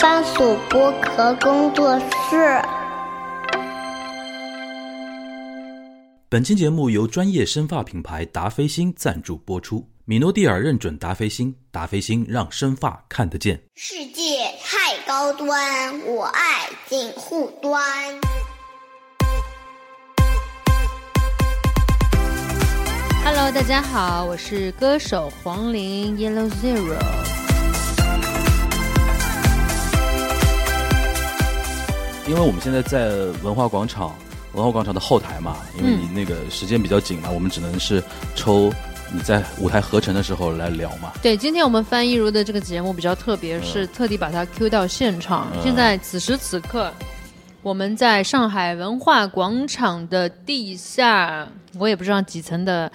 番薯剥壳工作室。本期节目由专业生发品牌达霏欣赞助播出。米诺地尔认准达霏欣，达霏欣让生发看得见。世界太高端，我爱锦护端。 Hello，大家好，我是歌手黄龄 Yellow Zero。因为我们现在在文化广场，文化广场的后台嘛，因为你那个时间比较紧嘛，我们只能是抽你在舞台合成的时候来聊嘛。对，今天我们翻译如的这个节目比较特别，是特地把它 Q 到现场。现在此时此刻，我们在上海文化广场的地下，我也不知道几层的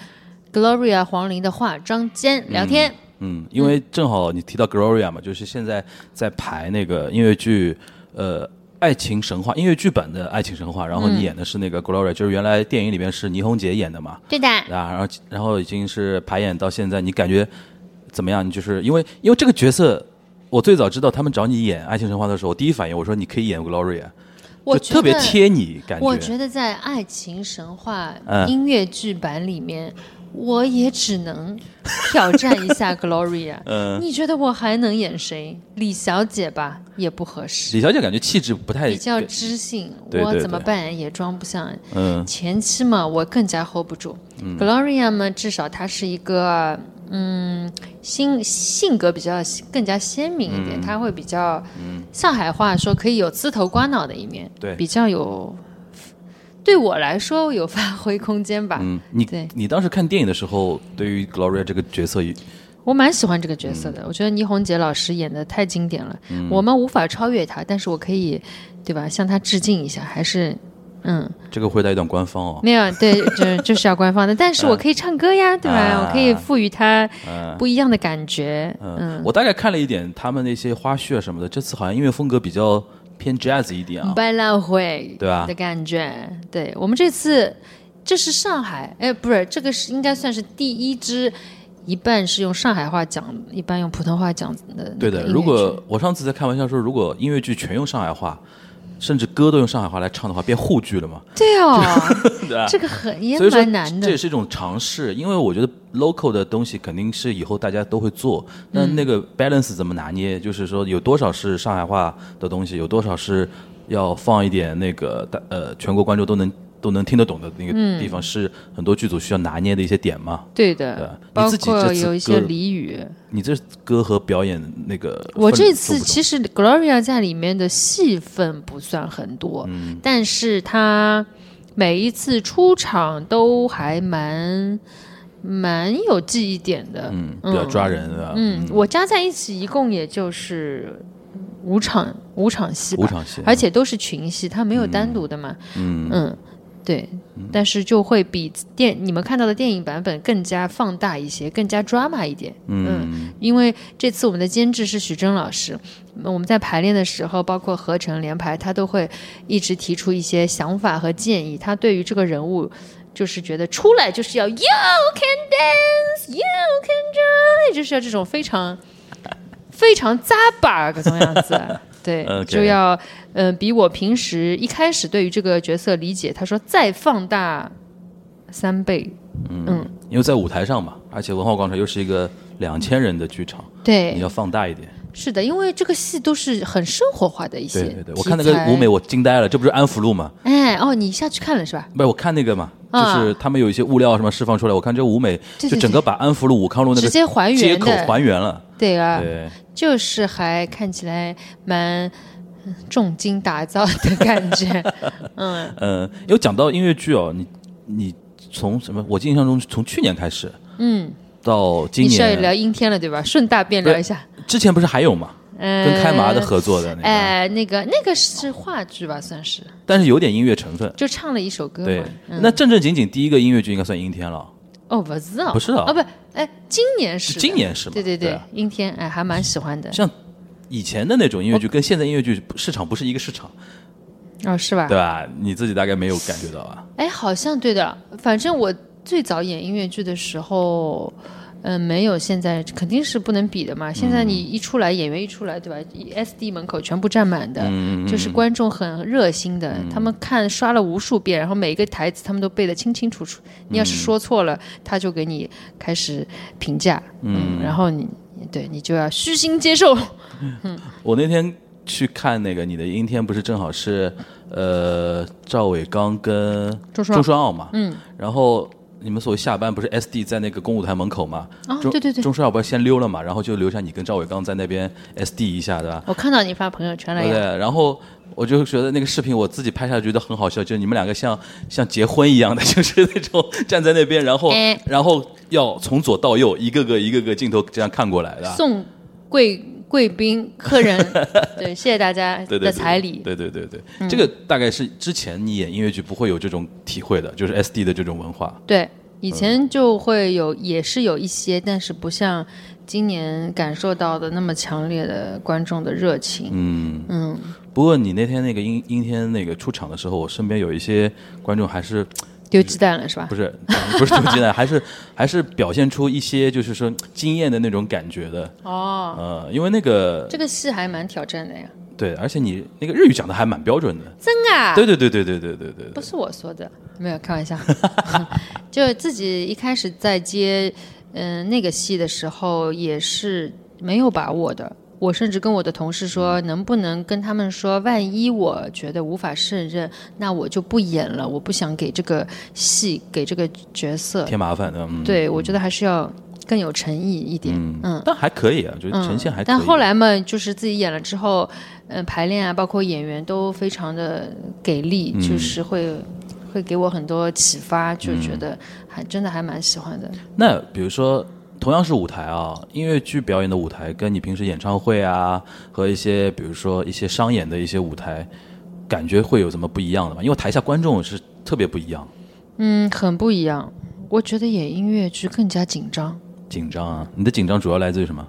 Gloria 黄龄的化妆间聊天。嗯，因为正好你提到 Gloria 嘛，就是现在在排那个音乐剧，呃，《爱情神话》音乐剧本的《爱情神话》，然后你演的是那个 Gloria，、就是原来电影里边是倪虹洁演的嘛，对的，啊，然后然后已经是排演到现在，你感觉怎么样？你就是因为因为这个角色，我最早知道他们找你演《爱情神话》的时候，我第一反应我说你可以演 Gloria，我就特别觉得贴你感我觉得在《爱情神话嗯》音乐剧版里面，我也只能挑战一 下 Gloria。嗯你觉得我还能演谁？李小姐吧，也不合适，李小姐感觉气质不太比较知性，对对我对怎么办也装不像。嗯前期嘛，我更加 hold 不住。Gloria 嘛，至少她是一个嗯，性性格比较更加鲜明一嗯点，她会比较、上海话说可以有自头瓜脑的一面，对比较有对我来说有发挥空间吧。嗯，你对你当时看电影的时候，对于 Gloria 这个角色有我蛮喜欢这个角色的，嗯我觉得倪虹洁老师演的太经典了，我们无法超越她，但是我可以对吧，向她致敬一下，还是。嗯，这个回答有点官方哦。 没有，对，就就是要官方的，但是我可以唱歌呀，对吧？啊我可以赋予她嗯不一样的感觉，嗯，我大概看了一点他们那些花絮啊什么的，这次好像音乐风格比较偏 jazz 一点啊。百老汇对吧的感觉。对我们这次，这是上海，哎，不是这个是应该算是第一支，一半是用上海话讲，一半用普通话讲的。对的，如 果我上次在开玩笑说，如果音乐剧全用上海话，甚至歌都用上海话来唱的话，变沪剧了嘛？对哦，对吧？这个很也所以说蛮难这也的。是一种尝试，因为我觉得 local 的东西肯定是以后大家都会做，但那个嗯 balance 怎么拿捏？就是说有多少是上海话的东西，有多少是要放一点那个大呃全国观众都能都能听得懂的那个嗯地方，是很多剧组需要拿捏的一些点嘛？对的对，啊包你自己这括次有一些歌俚语。你这歌和表演那个，我这次其实 Gloria 在里面的戏份不算很多，嗯但是她每一次出场都还蛮蛮有记忆点的。嗯比较抓人，对吧？嗯，我加在一起一共也就是五场五场戏吧，五场戏而且都是群戏，它没有单独的嘛。嗯对，嗯但是就会比电你们看到的电影版本更加放大一些，更加 drama 一点。嗯，因为这次我们的监制是许峥老师，嗯我们在排练的时候，包括合成连排，他都会一直提出一些想法和建议。他对于这个人物。就是觉得出来就是要 you can dance, you can drive，就是要这种非常非常扎板儿各种样子。对 OK 就要呃比我平时一开始对于这个角色理解，他说再放大三倍。因为在舞台上嘛，而且文化广场又是一个两千人的剧场，你对要，放大一点。是的，因为这个戏都是很生活化的一些对对对，我看那题材个舞美，。我惊呆了，这不是安福路吗？哎，哦，你下去看了是吧？不是，我看那个嘛，就啊是他们有一些物料什么释放出来，我看这舞美对对就整个把安福路、武康路那个直接还原街口的还原了。对啊，对，就是还看起来蛮嗯重金打造的感觉。 嗯，有讲到音乐剧哦，你你从什么？我印象中从去年开始，嗯，到今你是要年聊阴天了对吧？顺大便聊一下，之前不是还有嘛，嗯，跟开麻的合作的那个，哎，那个那个是话剧吧，算是但是有点音乐成分。就唱了一首歌对嘛。，那正正经经第一个音乐剧应该算阴天了，哦，不是啊，不是啊啊，不，哎，今年是是的今，年是吗？对对对对啊，阴天，哎，还蛮喜欢的，像以前的那种音乐剧跟现在音乐剧市场不是一个市场，哦，是吧对？吧？你自己大概没有感觉到吧？啊哎，好像对的，反正我最早演音乐剧的时候，嗯，没有，现在肯定是不能比的嘛。嗯现在你一出来，演员一出来，对吧？SD 门口全部站满嗯的，就是观众很热心的，他们看刷了无数遍，然后每一个台词他们都背得清清楚楚。嗯你要是说错了，他就给你开始评价，嗯，然后你对你就要虚心接受。 我那天去看那个你的阴天，不是正好是呃赵伟刚跟周双傲傲嘛，嗯，然后。你们所谓下班不是 SD 在那个公舞台门口嘛？哦中对对对中双傲不是先溜了嘛，然后就留下你跟赵伟刚在那边 SD 一下，对吧？我看到你发朋友圈了对呀，然后我就觉得那个视频我自己拍下来觉得很好笑，就是你们两个像像结婚一样的， 就是那种站在那边，然后、哎然后要从左到右一个个一个个镜头这样看过来的。送贵贵宾客人， 对，谢谢大家对对对的彩礼。嗯对对对对，这个大概是之前你演音乐剧不会有这种体会的，就是 S D 的这种文化。对，以前就会有，也是有一些，但是不像今年感受到的那么强烈的观众的热情。嗯嗯。不过你那天那个阴阴天那个出场的时候，我身边有一些观众还是丢鸡蛋了是吧不？是嗯不是投机的，还是还是表现出一些就是说惊艳的那种感觉的。哦，呃，因为那个这个戏还蛮挑战的呀，对，而且你那个日语讲的还蛮标准的。真的、啊。对对对对对对对对不对。是我说的，没有开玩 笑，就自己一开始在接嗯、那个戏的时候也是没有把握的。我甚至跟我的同事说，能不能跟他们说，万一我觉得无法胜任，那我就不演了，我不想给这个戏给这个角色。添麻烦的，嗯，，对，我觉得还是要更有诚意一点。嗯，但还可以啊，就是呈现还可以。嗯但后来嘛，就是自己演了之后，嗯、排练啊，包括演员都非常的给力，嗯就是会会给我很多启发，就觉得还真的还蛮喜欢的。那比如说，同样是舞台啊，音乐剧表演的舞台，跟你平时演唱会啊和一些比如说一些商演的一些舞台，感觉会有什么不一样的吗？因为台下观众是特别不一样，嗯，很不一样。我觉得演音乐剧更加紧张。紧张啊。你的紧张主要来自于什么？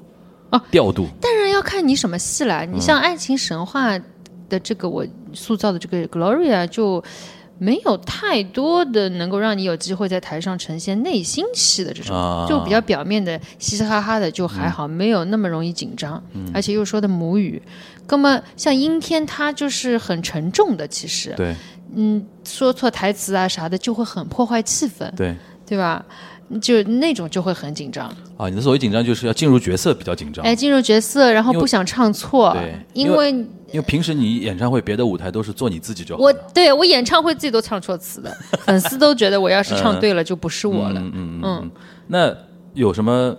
哦，调度。当然要看你什么戏啦。你嗯像《爱情神话》的这个我塑造的这个 Gloria 就没有太多的能够让你有机会在台上呈现内心戏的这种，啊嗯就比较表面的嘻嘻哈哈的就还好，没有那么容易紧张，而且又说的母语。那么像阴天，它就是很沉重的，其实对说错台词啊啥的就会很破坏气氛，对对吧？就那种就会很紧张，啊，你的所谓紧张就是要进入角色比较紧张，哎，进入角色，然后因为不想唱错对，因因为哦为因为平时你演唱会别的舞台都是做你自己就好我了。对我演唱会自己都唱错 词的，粉丝都觉得我要是唱对了就不是我了。嗯那有什么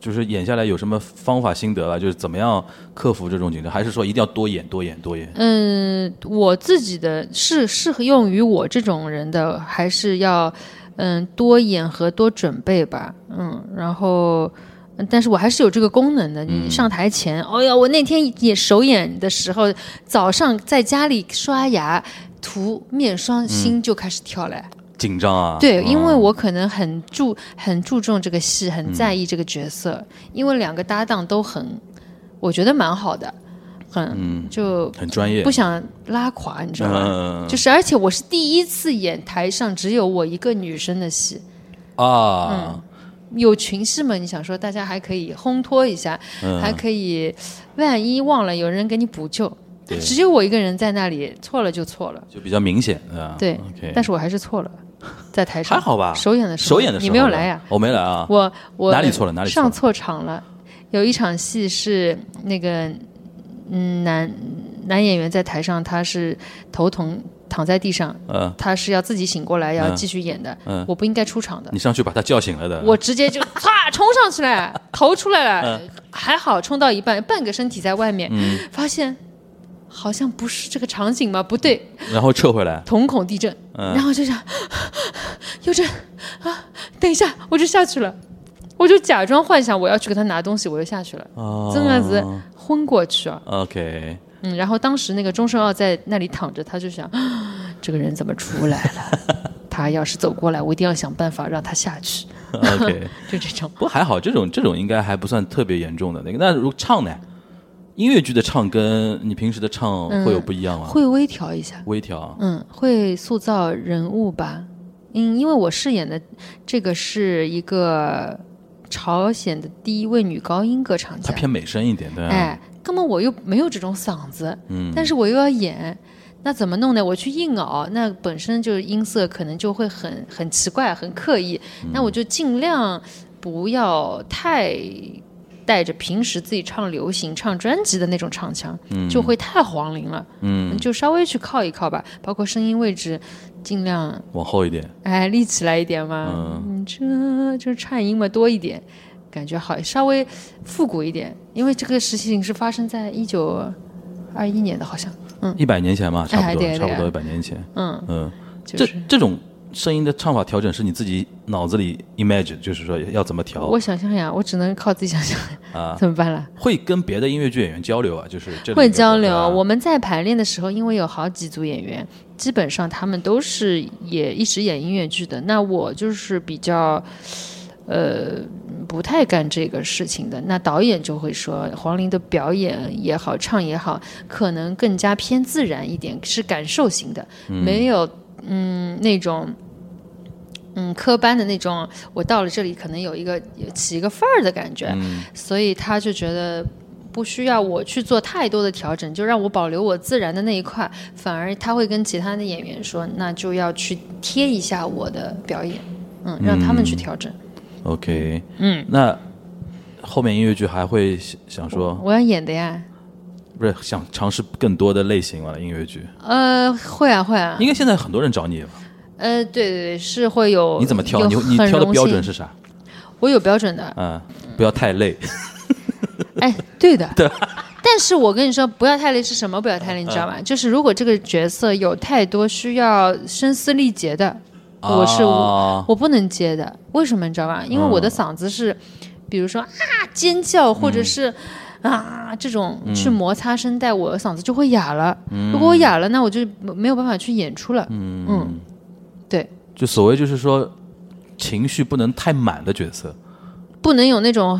就是演下来有什么方法心得吧？就是怎么样克服这种紧张，还是说一定要多演多演多演？嗯，我自己的是适合用于我这种人的，还是要嗯多演和多准备吧。嗯，然后。嗯但是我还是有这个功能的。你上台前，哎呀，我那天也首演的时候，早上在家里刷牙涂面霜，心就开始跳了。紧张啊？对，因为嗯我可能很注很注重这个戏，很在意这个角色，因为两个搭档都很，我觉得蛮好的，很、就很专业，不想拉垮，你知道吗？嗯就是，而且我是第一次演台上只有我一个女生的戏，嗯啊，有群戏嘛？你想说大家还可以烘托一下，嗯还可以，万一忘了有人给你补救，对只有我一个人在那里，错了就错了，就比较明显，对吧？对啊 OK，但是我还是错了，在台上还好吧首演的时首候，演的时候你没有来呀、我没来啊。我我哪里错了哪里错了上错场了？有一场戏是那个嗯男男演员在台上，他是头疼躺在地上，嗯，他是要自己醒过来，要继续演的。嗯我不应该出场的你，上去把他叫醒了的。我 直接就唰冲上去了，头出来了，嗯还好冲到一半，半个身体在外面，发现好像不是这个场景嘛，不对，然后撤回来，瞳孔地震，嗯然后就想， 又震啊，等一下，我就下去了，我就假装幻想我要去给他拿东西，我又下去了，哦真的是昏过去啊， OK，嗯，然后当时那个钟胜傲在那里躺着，他就想， 啊这个人怎么出来了？ 他要是走过来，我一定要想办法让他下去， OK， 就这种。不过还好，这种这种应该还不算特别严重的那个。那如果唱呢？音乐剧的唱跟你平时的唱会有不一样吗？嗯会微调一下，微调，嗯，会塑造人物吧。嗯，因为我饰演的这个是一个朝鲜的第一位女高音歌唱它家，偏美声一点，对啊吧？哎，根本我又没有这种嗓子，嗯但是我又要演，那怎么弄呢？我去硬熬，那本身就是音色可能就会很很奇怪、很刻意，嗯那我就尽量不要太。带着平时自己唱流行、唱专辑的那种唱腔，就会太黄龄了。嗯，就稍微去靠一靠吧，包括声音位置，尽量往后一点，哎立起来一点嘛。嗯，这就是颤音嘛多一点，感觉好，稍微复古一点，因为这个事情是发生在一九二一年的，好像一百年前嘛，差不多，嗯哎对对差不多一百年前。嗯嗯，就这是。这种声音的唱法调整是你自己脑子里 imagine，就是说要怎么调我想象呀，我只能靠自己想象，哦啊？ 怎么办啦？会跟别的音乐剧演员交流啊？就是这会两个交流。国家我们在排练的时候，因为有好几组演员，基本上他们都是也一直演音乐剧的。那我就是比较，呃，不太干这个事情的。那导演就会说，黄龄的表演也好，唱也好，可能更加偏自然一点，是感受型的，没有嗯那种。嗯，科班的那种，我到了这里可能有一个有起一个范儿的感觉，嗯所以他就觉得不需要我去做太多的调整，就让我保留我自然的那一块，反而他会跟其他的演员说，那就要去贴一下我的表演，嗯，让他们去调整。 OK，嗯，那后面音乐剧还会想想说，我要演的呀，不是想尝试更多的类型了音乐剧？呃，会啊会啊应，该现在很多人找你吧？呃，对对对，是会有。你怎么挑？有你你很挑的荣标幸准？是啥？我有标准的，嗯，不要太累。哎，对的，但是我跟你说，不要太累是什么？不要太累，你知道吗？就是如果这个角色有太多需要声嘶力竭的，我是无啊我不能接的。为什么你知道吗？因为我的嗓子是，比如说啊尖叫，或者是、啊这种去摩擦声带，我的嗓子就会哑了。如果我哑了，那我就没有办法去演出了。嗯对，就所谓就是说情绪不能太满的角色。不能有那种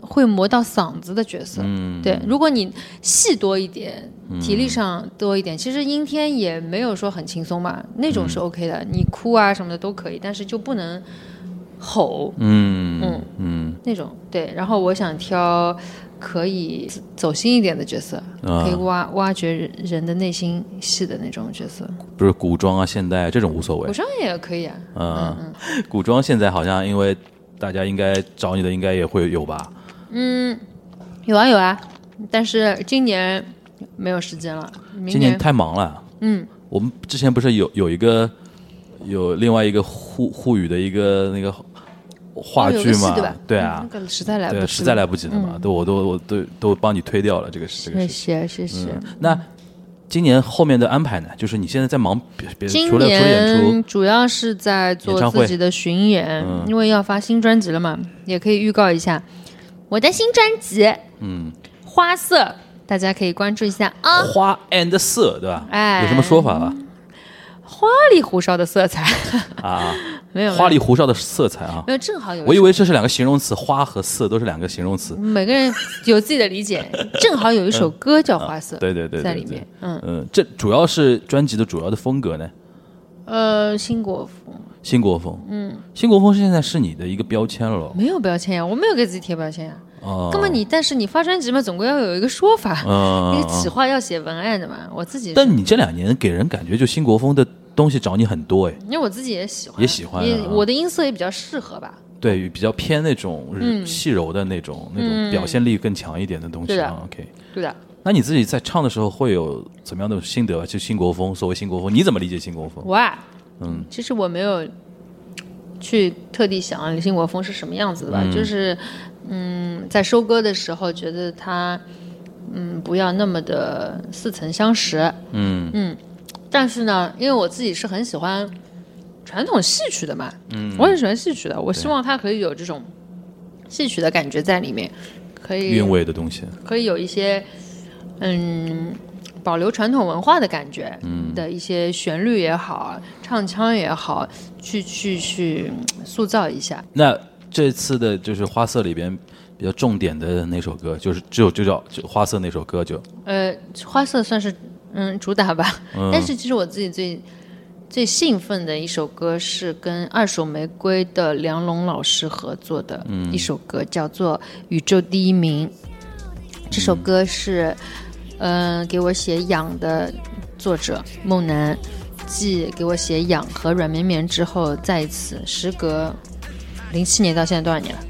会磨到嗓子的角色。嗯，对，如果你戏多一点，体力上多一点，嗯其实阴天也没有说很轻松嘛，那种是 OK 的，你哭啊什么的都可以，但是就不能吼，嗯嗯嗯那种对。然后我想挑可以走心一点的角色，啊可以挖挖掘人人的内心戏的那种角色，不是古装啊、现代这种无所古谓。装也可以啊。嗯， 古装现在好像因为大家应该找你的应该也会有吧？有啊有啊，但是今年没有时间了，明今年太忙了。嗯，我们之前不是有有一个有另外一个沪沪语的一个那个话哦有剧个戏嘛？对吧？啊嗯，那个实在来不及嗯对，了，实在来不及了嘛，都我都我都都帮你推掉了这个事这个是事情。是是是。那今年后面的安排呢？就是你现在在忙别别除今了除了演年出，主要是在演唱做会嗯自己的巡演，因为要发新专辑了嘛，也可以预告一下我的新专辑《嗯，花色》，大家可以关注一下啊，花 and 色对吧？哎有什么说法吧？花里胡哨的色彩 啊，没 有没有花里胡哨的色彩啊！没有，正好有我以为这是两个形容词，花和色都是两个形容词。每个人有自己的理 解，正好有一首歌叫《花色》，嗯对对对，对在里对面，嗯，嗯，这主要是专辑的主要的风格呢，呃，新国服新国风。嗯，新国风现在是你的一个标签了没有标签呀、我没有给自己贴标签呀、哦。那么你但是你发专辑嘛，总归要有一个说法，嗯，那嗯个企划要写文案的嘛，我自己是但你这两年给人感觉就新国风的东西找你很多哎，因为我自己也喜欢，也喜欢啊也我的音色也比较适合吧。对，比较偏那种嗯细柔的那种、那种表现力更强一点的东西对的啊。OK，对的，那你自己在唱的时候会有怎么样的心得？就新国风，所谓新国风，你怎么理解新国风？我啊，嗯，其实我没有去特地想李信国风是什么样子的吧，就是嗯，在收割的时候觉得它嗯不要那么的似曾相识，嗯但是呢，因为我自己是很喜欢传统戏曲的嘛，嗯，我很喜欢戏曲的，我希望它可以有这种戏曲的感觉在里面，可以韵味的东西，可以有一些嗯保留传统文化的感觉，的一些旋律也好，唱腔也好，去去去嗯塑造一下。那这次的就是花色里边比较重点的那首歌，就是只有就叫就花色那首歌就呃，花色算是嗯主打吧，嗯但是其实我自己最最兴奋的一首歌是跟二手玫瑰的梁龙老师合作的一首歌，叫做《宇宙第一名》。这首歌是，嗯、呃，给我写《痒》的作者梦楠，继给我写《痒》和软绵绵之后，再一次时隔零七年到现在多少年了？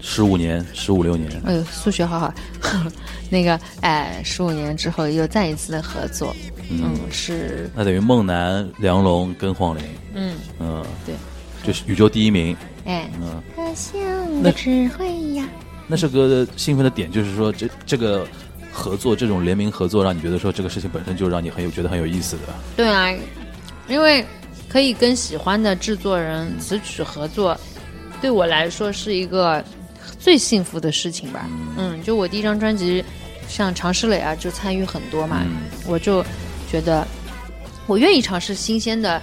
十五年、十五六年，哎呦，数学好好。 那个，哎，十五年之后又再一次的合作，嗯，是，那等于梦楠、梁龙跟黄龄，嗯，嗯，对，就是宇宙第一名。哎，它像个智慧呀。那首歌的兴奋的点就是说，这这个合作，这种联名合作，让你觉得说这个事情本身就让你很有觉得很有意思的。对啊，因为可以跟喜欢的制作人词曲合作，对我来说是一个最幸福的事情吧。嗯，就我第一张专辑，像常石磊啊，就参与很多嘛，我就觉得我愿意尝试新鲜的。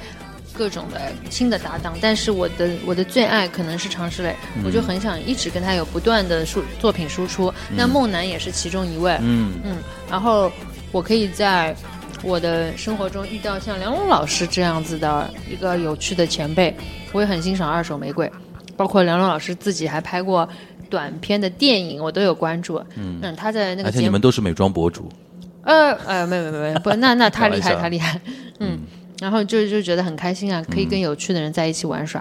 各种的新的搭档，但是我的我的最爱可能是常石磊，嗯我就很想一直跟他有不断的输作品输出。那梦楠也是其中一位，嗯嗯，然后我可以在我的生活中遇到像梁龙老师这样子的一个有趣的前辈，我也很欣赏《二手玫瑰》，包括梁龙老师自己还拍过短片的电影，我都有关注。嗯，他在那个而且节你目们，都是美妆博主，呃呃，没有没有没有没有，不，那那开他玩厉害，笑嗯他厉害，嗯。然后就就觉得很开心啊，可以跟有趣的人在一起玩耍。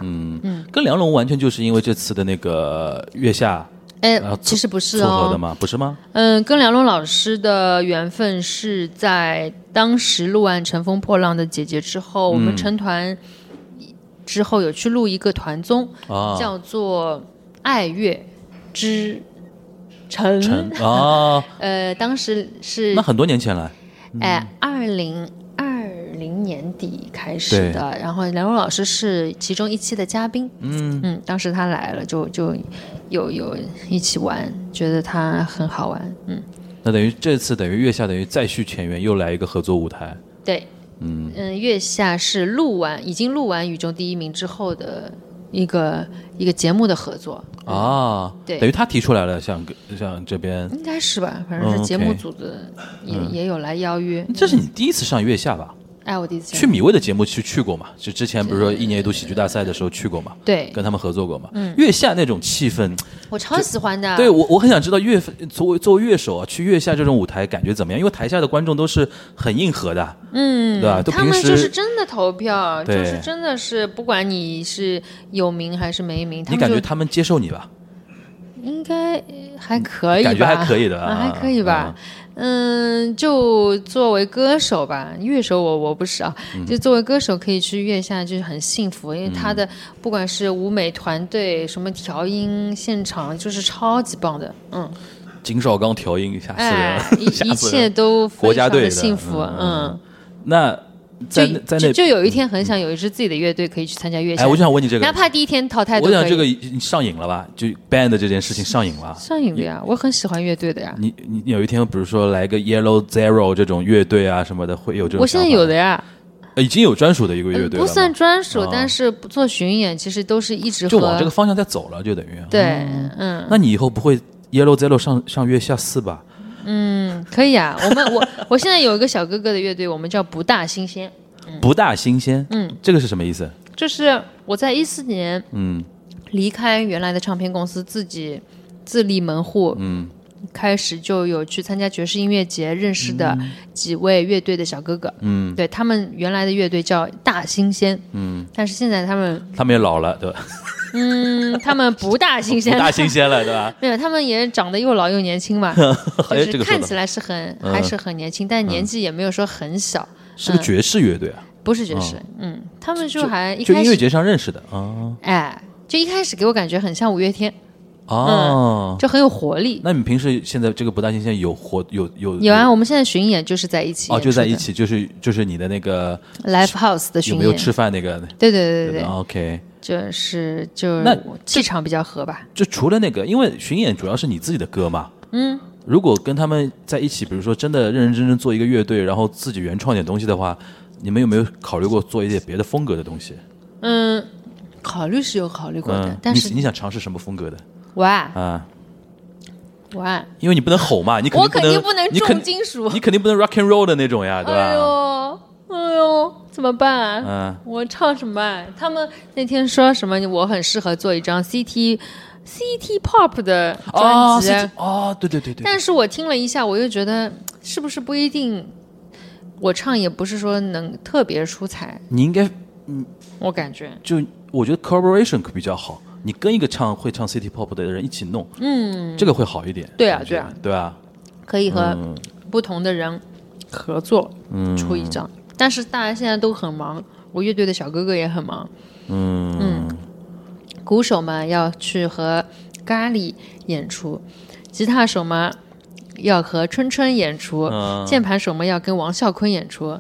跟梁龙完全就是因为这次的那个月下哎、然后其实不是撮合的哦，嘛，不是吗？嗯，跟梁龙老师的缘分是在当时录完《乘风破浪的姐姐》之后，我嗯们成团之后有去录一个团综，啊，叫做《爱乐之城》。陈啊，呃，当时 是那很多年前了，哎，二零二零年底开始的，然后梁龙老师是其中一期的嘉宾，嗯当时他来了，就就有有一起玩，觉得他很好玩，嗯，那等于这次等于月下等于再续前缘，又来一个合作舞台。对，嗯月下是录完已经录完《宇宙第一名》之后的一个一个节目的合作，啊，嗯对等于他提出来了，像像这边，应该是吧，反正是嗯节目 OK 嗯组的也、也有来邀约，这是你第一次上月下吧？哎，我第一次去米未的节目去去过嘛？就之前不是说一年一度喜剧大赛的时候去过嘛？对嗯跟他们合作过嘛？月下那种气氛，我超喜欢的，对我我很想知道乐呃作为作为乐手啊，去月下这种舞台感觉怎么样？因为台下的观众都是很硬核的，嗯，对吧？都他平们时就是真的投票，就对是真的是不管你是有名还是没名，他你们感觉就他们接受你吧？应该还可以吧，感觉还可以的啊啊还可以吧。嗯，就作为歌手吧，乐手我我不是啊，嗯就作为歌手可以去月下，就是很幸福，因为他的不管是舞美团队、什么调音、现场，就是超级棒的，嗯，金绍刚调音，吓死人哎了，， 一吓一死人切了。都非啊国家常队的的幸福，嗯嗯。那在那在就那嗯就有一天很想有一支自己的乐队可以去参加月下，哎，我就想问你这个，哪怕第一天淘汰都我想可以。这个已经上瘾了吧？就 band 这件事情上瘾了。上瘾的呀，我很喜欢乐队的呀，你你你有一天，比如说来个 Yellow Zero 这种乐队啊什么的，会有这种我现在想法有的呀，呃呃已经有专属的一个乐队了吗，不算专属啊，但是不做巡演其实都是一直就往这个和方向在走了，就等于。对，嗯，那你以后不会 Yellow Zero 上上月下四吧？嗯可以啊。我们我我现在有一个小哥哥的乐队，我们叫不大新鲜，不大新鲜，嗯，这个是什么意思？就是我在一四年嗯，离开原来的唱片公司，自己自立门户，嗯，开始就有去参加爵士音乐节，认识的嗯几位乐队的小哥哥，嗯，对他们原来的乐队叫大新鲜，嗯，但是现在他们，他们也老了，对吧？嗯，他们不大新不鲜，大新鲜了，对 吧？没有，他们也长得又老又年 轻嘛，就哎，这是个说嗯看的起来是很、还是很年轻，但年纪也没有说很小，是个爵士乐队啊，不是爵士，嗯，他们就还一就开音乐始，节上认识的啊哎，就一开始给我感觉很像五月天，嗯哦。就很有活力，那你平时现在这个不大新鲜有活有有有啊，我们现在巡演就是在一起哦，演就出的，在一起，就是就是你的那个 Live House 的有巡没有演。吃饭那个？对对对对的对对， OK，就是就啊那是气场比较合吧。就除了那个，因为巡演主要是你自己的歌嘛，嗯，如果跟他们在一起，比如说真的认认真真做一个乐队，然后自己原创点东西的话，你们有没有考虑过做一点别的风格的东西？嗯，考虑是有考虑过的，嗯，但是你你想尝试什么风格的哇啊？哇，因为你不能吼嘛，你肯我定不肯能，定不能你重肯金属你。肯定不能 rock and roll 的那种呀，对哎吧？呦哎呦，怎么办？嗯我唱什么啊？他们那天说什么？我很适合做一张 CT CT Pop 的哦专辑， CT 哦，对对对对，但是我听了一下，我又觉得是不是不一定，我唱也不是说能特别出彩，你应该我感觉就我觉得 collaboration 可比较好，你跟一个唱会唱 City Pop 的人一起弄，嗯，这个会好一点。对啊我觉得对啊，对啊，可以和嗯不同的人合作出一张。嗯但是大家现在都很忙，我乐队的小哥哥也很忙，嗯鼓手嘛要去和咖喱演出，吉他手嘛要和春春演出，嗯键盘手嘛要跟王啸坤演出，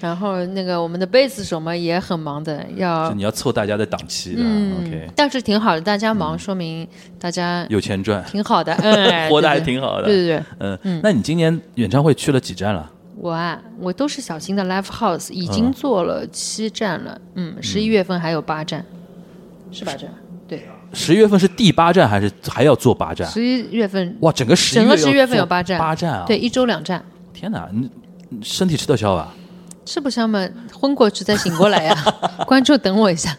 然后那个我们的贝斯手嘛也很忙的，要就你要凑大家的档期嗯 o k 但是挺好的，大家嗯忙，说明大家有钱赚，挺好的，嗯，活得对还对挺好的。对对对，嗯，那你今年演唱会去了几站了？我啊，我都是小型的 live house，已经嗯做了七站了，嗯，十一月份还有八站，是八站，对，十一月份是第八站还是还要做八站？十一月份，哇，整个十整个十一一月要份有做八站，八站啊！对，，一周两站，天哪，你你身体吃得消啊？吃不消嘛，昏过去再醒过来呀、 观众等我一下，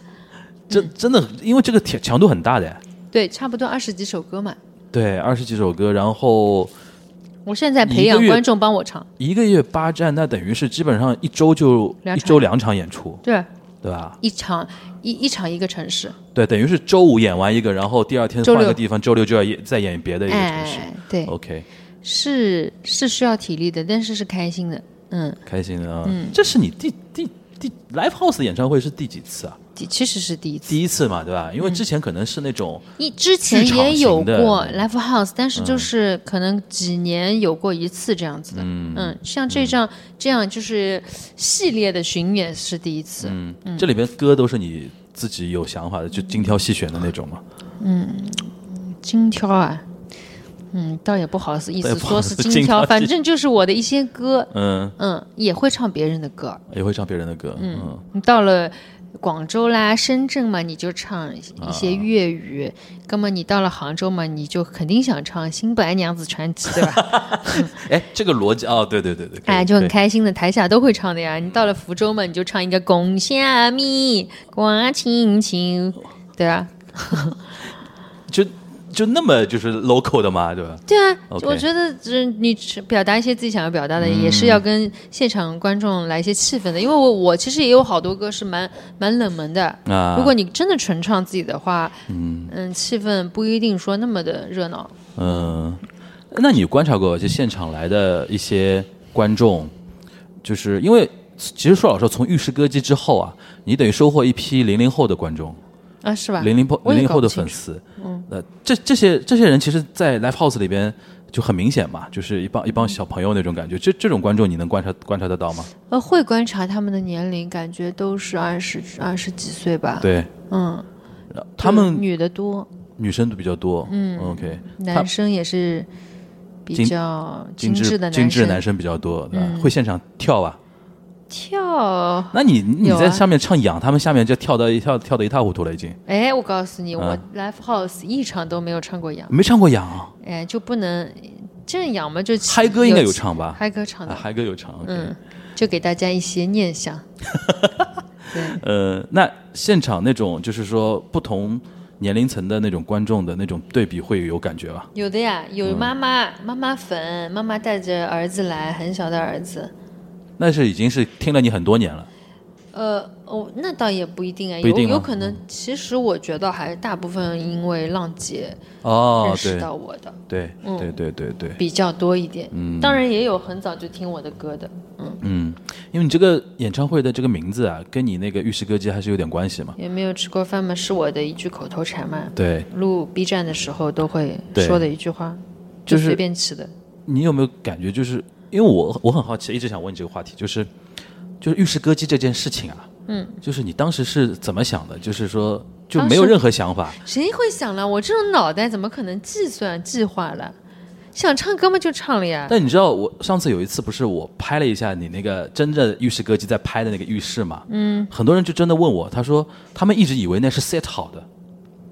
这真的，因为这个强强度很大的，对，差不多二十几首歌嘛，对，二十几首歌，然后我现在一个培养月观众帮我唱，一个月八站，那等于是基本上一周就两一场周两场演出，对，对吧？一场一一场一个城市，对，等于是周五演完一个，然后第二天周换六个地方，周六就要演再演别的一个城市。哦哎，对， OK，是是需要体力的，但是是开心的。嗯，开心的啊！这是你第第第 Live House 演唱会是第几次啊？第其实是第一次。第一次嘛，对吧？嗯因为之前可能是那种你之前剧场也有型的嗯过 live house，但是就是可能几年有过一次这样子的。嗯像这样、这样就是系列的巡演是第一次。嗯，这里边歌都是你自己有想法的，就精挑细选的那种嘛。精挑啊，嗯，倒也不好意倒也思不好说意是思精精挑挑，细反正就是我的一些歌，嗯，嗯，也会唱别人的歌。也会唱别人的歌。嗯，你到了广州啦、深圳嘛，你就唱一些啊粤语；，那么、你到了杭州嘛，你就肯定想唱《新白娘子传奇》，对吧？哎，这个逻辑哦，对对对对，可以哎，就很对嗯开心的，台下都会唱的呀。你到了福州嘛，你就唱一个《宫下米挂青青》，哦 对啊，就就那么就是 local 的嘛，对吧？对啊 OK 我觉得就是你只表达一些自己想要表达的，也是要跟现场观众来一些气氛的。因为我我其实也有好多歌是蛮蛮冷门的，啊如果你真的纯唱自己的话，嗯气氛不一定说那么的热闹。嗯，那你观察过就现场来的一些观众，就是因为其实说老实话，从浴室歌姬之后啊，你等于收获一批零零后的观众，啊，是吧？零零后我零也零搞后不的清粉楚丝，嗯，呃，这这些这些人其实，在 live house 里边就很明显嘛，就是一帮一嗯帮小朋友那种感觉，这这种观众你能观察观察得到吗？呃，会观察他们的年龄，感觉都是二十二十几岁吧。，对，嗯，他就们女的多，女生都比较多，嗯，OK，他男生也是比精较精致的精男致生。嗯男生比较多，对吧？会现场跳啊。跳，那你你有啊在上面唱痒，他们下面就跳到一跳跳的一塌糊涂了，已经哎，我告诉你，我啊 l i f e house 一场都没有唱过羊，没唱过痒啊。哎，就不能这样嘛，就嗨歌应该有唱吧？嗨歌唱啊的，嗨歌有唱。嗯，就给大家一些念想。对，呃，那现场那种就是说不同年龄层的那种观众的那种对比会有感觉吧？有的呀，嗯有妈妈、妈妈粉，妈妈带着儿子来，很小的儿子。那是已经是听了你很多年了，呃，哦，那倒也不一定啊，不一定吗有有可能，其实我觉得还大部分因为浪姐哦认，识对到嗯我的、对对对对对，比较多一点，嗯当然也有很早就听我的歌的，因为你这个演唱会的这个名字啊，跟你那个玉石歌姬还是有点关系嘛。也没有吃过饭嘛，是我的一句口头禅嘛，对，录 B 站的时候都会对说的一句话，就就是随便起的。你有没有感觉，就是因为我我很好奇，一直想问你这个话题，就是就是玉石歌姬这件事情啊，嗯，就是你当时是怎么想的？就是说就没有当时哎任何想法，谁会想了？我这种脑袋怎么可能计算计划了？想唱歌嘛就唱了呀。但你知道我上次有一次不是我拍了一下你那个真的玉石歌姬在拍的那个浴室嘛，嗯，很多人就真的问我，他说他们一直以为那是 set 好的，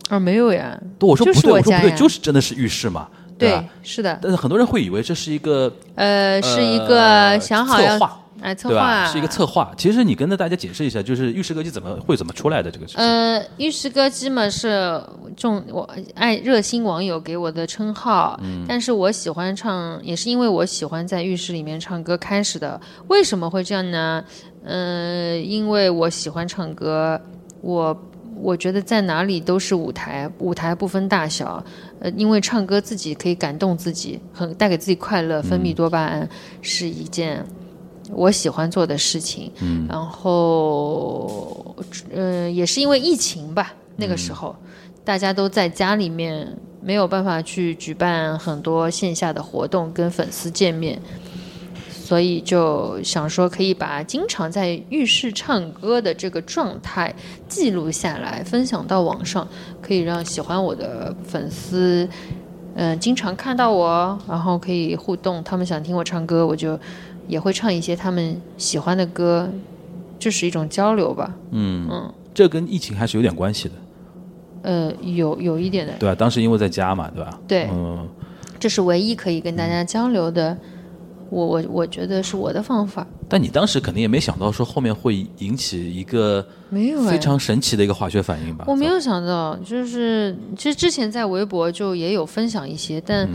啊，没有呀，对我说就不是对，我我说家不呀，对，就是真的是浴室嘛，对吧？是的，但是很多人会以为这是一个呃，是一呃个想好策要划哎，策对吧？划是一个策划。其实你跟着大家解释一下，就是玉石歌姬怎么会怎么出来的这个事情。呃，玉石歌姬嘛是众我爱热心网友给我的称号，但是我喜欢唱，也是因为我喜欢在浴室里面唱歌开始的。为什么会这样呢？呃，因为我喜欢唱歌，我我觉得在哪里都是舞台，舞台不分大小。呃，因为唱歌自己可以感动自己，很带给自己快乐，分泌多巴胺、是一件我喜欢做的事情。然后，呃，也是因为疫情吧，那个时候、大家都在家里面，没有办法去举办很多线下的活动，跟粉丝见面。所以就想说，可以把经常在浴室唱歌的这个状态记录下来，分享到网上，可以让喜欢我的粉丝，嗯、经常看到我，然后可以互动。他们想听我唱歌，我就也会唱一些他们喜欢的歌，这是一种交流吧。这跟疫情还是有点关系的，呃，有有一点的，对吧？当时因为在家嘛，对吧？对嗯，这是唯一可以跟大家交流的。我我我觉得是我的方法，但你当时肯定也没想到说后面会引起一个没有、哎、非常神奇的一个化学反应吧？我没有想到，就是其实之前在微博就也有分享一些，但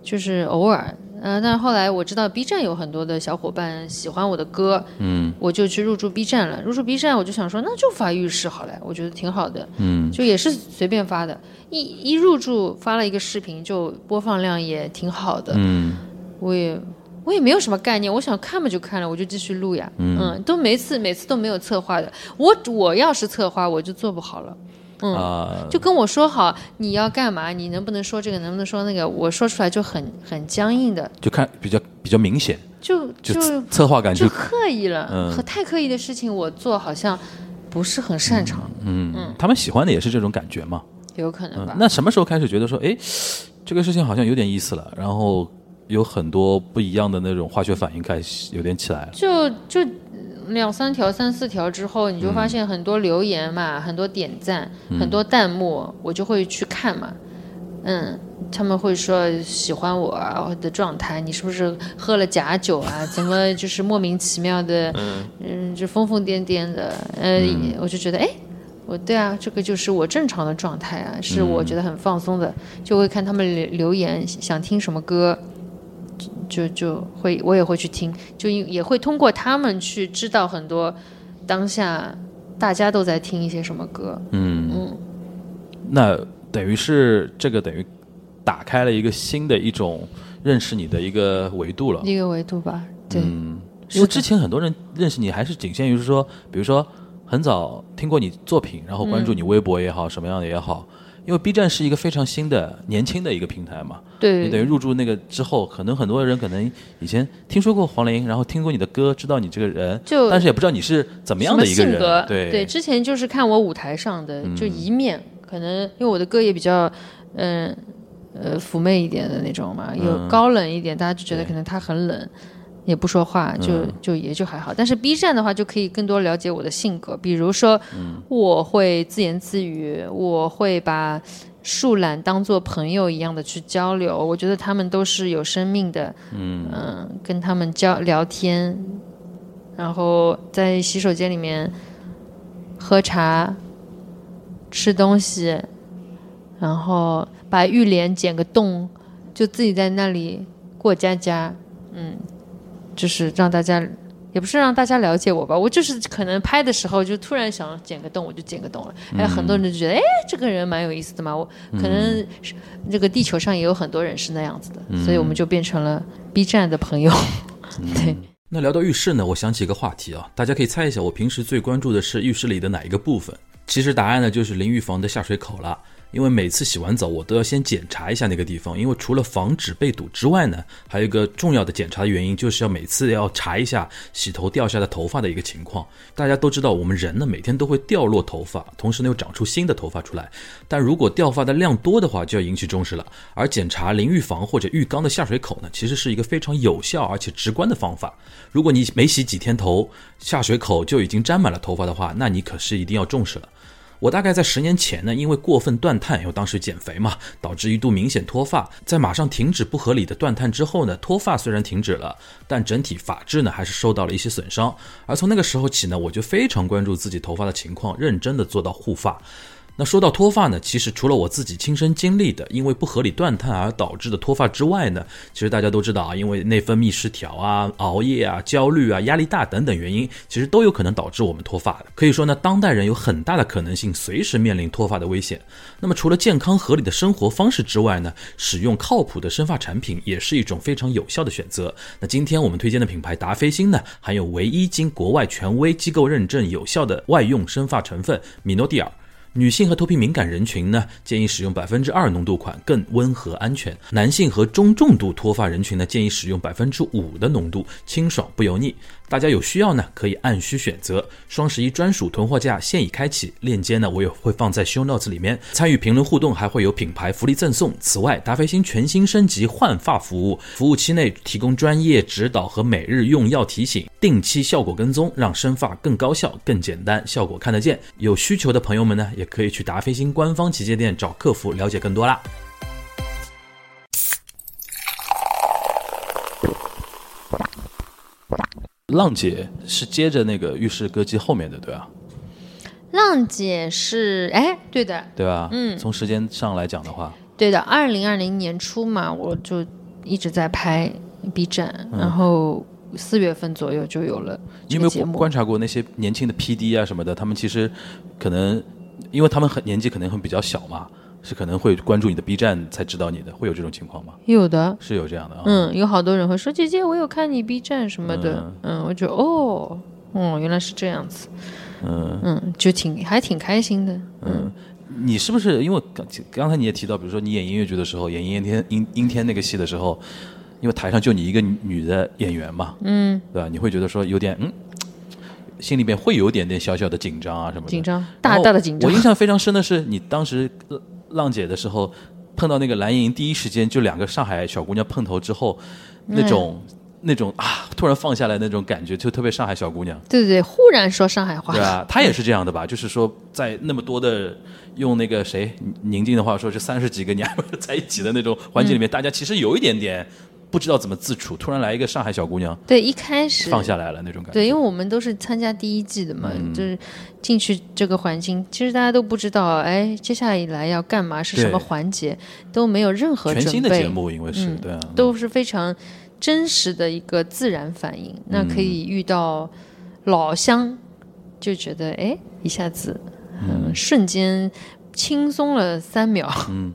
就是偶尔，嗯、呃，但是后来我知道 B 站有很多的小伙伴喜欢我的歌，嗯，我就去入驻 B 站了。入驻 B 站，我就想说那就发浴室好了，我觉得挺好的，嗯，就也是随便发的，一一入驻发了一个视频，就播放量也挺好的，嗯，我也。我也没有什么概念，我想看嘛就看了，我就继续录呀，嗯，都每次每次都没有策划的，我我要是策划我就做不好了，嗯啊，就跟我说好你要干嘛，你能不能说这个，能不能说那个，我说出来就很很僵硬的，就看比较比较明显，就就就策策划感就就刻意了，嗯和太刻意的事情我做好像不是很擅长，嗯，他们喜欢的也是这种感觉嘛。有可能吧嗯，。那什么时候开始觉得说，哎，这个事情好像有点意思了，然后有很多不一样的那种化学反应开始有点起来了？就就两三条、三四条之后，你就发现很多留言嘛，很多点赞，很多弹幕，我就会去看嘛。嗯，他们会说喜欢我啊我的状态，你是不是喝了假酒啊？怎么就是莫名其妙的，嗯，就疯疯癫癫的，呃，我就觉得哎。我对啊，这个就是我正常的状态啊，是我觉得很放松的，就会看他们留留言，想听什么歌，就就会我也会去听，就因也会通过他们去知道很多当下大家都在听一些什么歌。那等于是这个等于打开了一个新的一种认识你的一个维度了。一个维度吧，对，因为之前很多人认识你还是仅限于是说，比如说很早听过你作品，然后关嗯注你微博也好，什么样的也好。因为 B 站是一个非常新的、年轻的一个平台嘛，你等于对，入驻那个之后，可能很多人可能以前听说过黄龄，然后听过你的歌，知道你这个人，就但是也不知道你是怎么什样么的一个性格人，？对对，嗯之前就是看我舞台上的就一面，可能因为我的歌也比较，嗯呃妩媚一点的那种嘛，有高冷一点，大家就觉得可能他很冷。也不说话，就就也就还好。但是 B 站的话，就可以更多了解我的性格。比如说，我会自言自语，我会把树懒当做朋友一样的去交流。我觉得他们都是有生命的，嗯、跟他们交聊天，然后在洗手间里面喝茶、吃东西，然后把浴帘剪个洞，就自己在那里过家家。嗯就是让大家，也不是让大家了解我吧，我就是可能拍的时候就突然想剪个洞，我就剪个洞了。还有很多人就觉得，哎，这个人蛮有意思的嘛。我可能是这个地球上也有很多人是那样子的，所以我们就变成了 B 站的朋友。 对，那聊到浴室呢，我想起一个话题啊，大家可以猜一下，我平时最关注的是浴室里的哪一个部分？其实答案呢就是淋浴房的下水口了，因为每次洗完澡我都要先检查一下那个地方，因为除了防止被堵之外呢，还有一个重要的检查的原因就是要每次要查一下洗头掉下的头发的一个情况。大家都知道，我们人呢每天都会掉落头发，同时呢又长出新的头发出来，但如果掉发的量多的话，就要引起重视了。而检查淋浴房或者浴缸的下水口呢，其实是一个非常有效而且直观的方法。如果你没洗几天头，下水口就已经沾满了头发的话，那你可是一定要重视了。我大概在十年前呢，因为过分断碳，因为当时减肥嘛，导致一度明显脱发。在马上停止不合理的断碳之后呢，脱发虽然停止了，但整体发质呢还是受到了一些损伤。而从那个时候起呢，我就非常关注自己头发的情况，认真的做到护发。那说到脱发呢，其实除了我自己亲身经历的因为不合理断碳而导致的脱发之外呢，其实大家都知道啊，因为内分泌失调啊、熬夜啊、焦虑啊、压力大等等原因，其实都有可能导致我们脱发的。可以说呢，当代人有很大的可能性随时面临脱发的危险。那么除了健康合理的生活方式之外呢，使用靠谱的生发产品也是一种非常有效的选择。那今天我们推荐的品牌达霏欣呢，含有唯一经国外权威机构认证有效的外用生发成分米诺地尔。女性和头皮敏感人群呢，建议使用百分之二浓度款，更温和安全；男性和中重度脱发人群呢，建议使用百分之五的浓度，清爽不油腻。大家有需要呢，可以按需选择。双十一专属囤货价现已开启，链接呢我也会放在 show notes 里面。参与评论互动还会有品牌福利赠送。此外，达霏欣全新升级换发服务，服务期内提供专业指导和每日用药提醒，定期效果跟踪，让生发更高效、更简单，效果看得见。有需求的朋友们呢，也可以去达霏欣官方旗舰店找客服了解更多啦。浪姐是接着那个浴室歌姬后面的，对吧、浪姐是哎，对的，对吧？嗯，从时间上来讲的话，对的，二零二零年初嘛，我就一直在拍 B 站，然后四月份左右就有了嗯你这有个没节有目。观察过那些年轻的 PD 啊什么的？他们其实可能，因为他们很年纪可能会比较小嘛，是可能会关注你的 B 站才知道你的，会有这种情况吗？有的，是有这样的啊。嗯，有好多人会说姐姐，我有看你 B 站什么的，嗯，我就哦，哦，原来是这样子，嗯嗯，就挺还挺开心的，嗯，你是不是因为刚刚才你也提到，比如说你演音乐剧的时候，演阴天阴阴天那个戏的时候，因为台上就你一个女女的演员嘛，嗯，对吧？你会觉得说有点嗯，心里面会有点点小小的紧张啊什么的。紧张，然大后大的紧张我。印象非常深的是，你当时呃浪姐的时候，碰到那个蓝盈莹，第一时间就两个上海小姑娘碰头之后，那种、嗯那种啊，突然放下来那种感觉，就特别上海小姑娘，对对对，忽然说上海话，对啊，她也是这样的吧？就是说，在那么多的用那个谁宁静的话说，是三十几个娘们儿在一起的那种环境里面，大家其实有一点点不知道怎么自处，突然来一个上海小姑娘对，一开始放下来了那种感觉。对，因为我们都是参加第一季的嘛，嗯就是进去这个环境，其实大家都不知道，哎，接下来要干嘛是什么对环节，都没有任何全准备，新的节目，因为是、嗯对啊，都是非常真实的一个自然反应。那嗯可以遇到老乡，就觉得哎，一下子，嗯，瞬间轻松了三秒。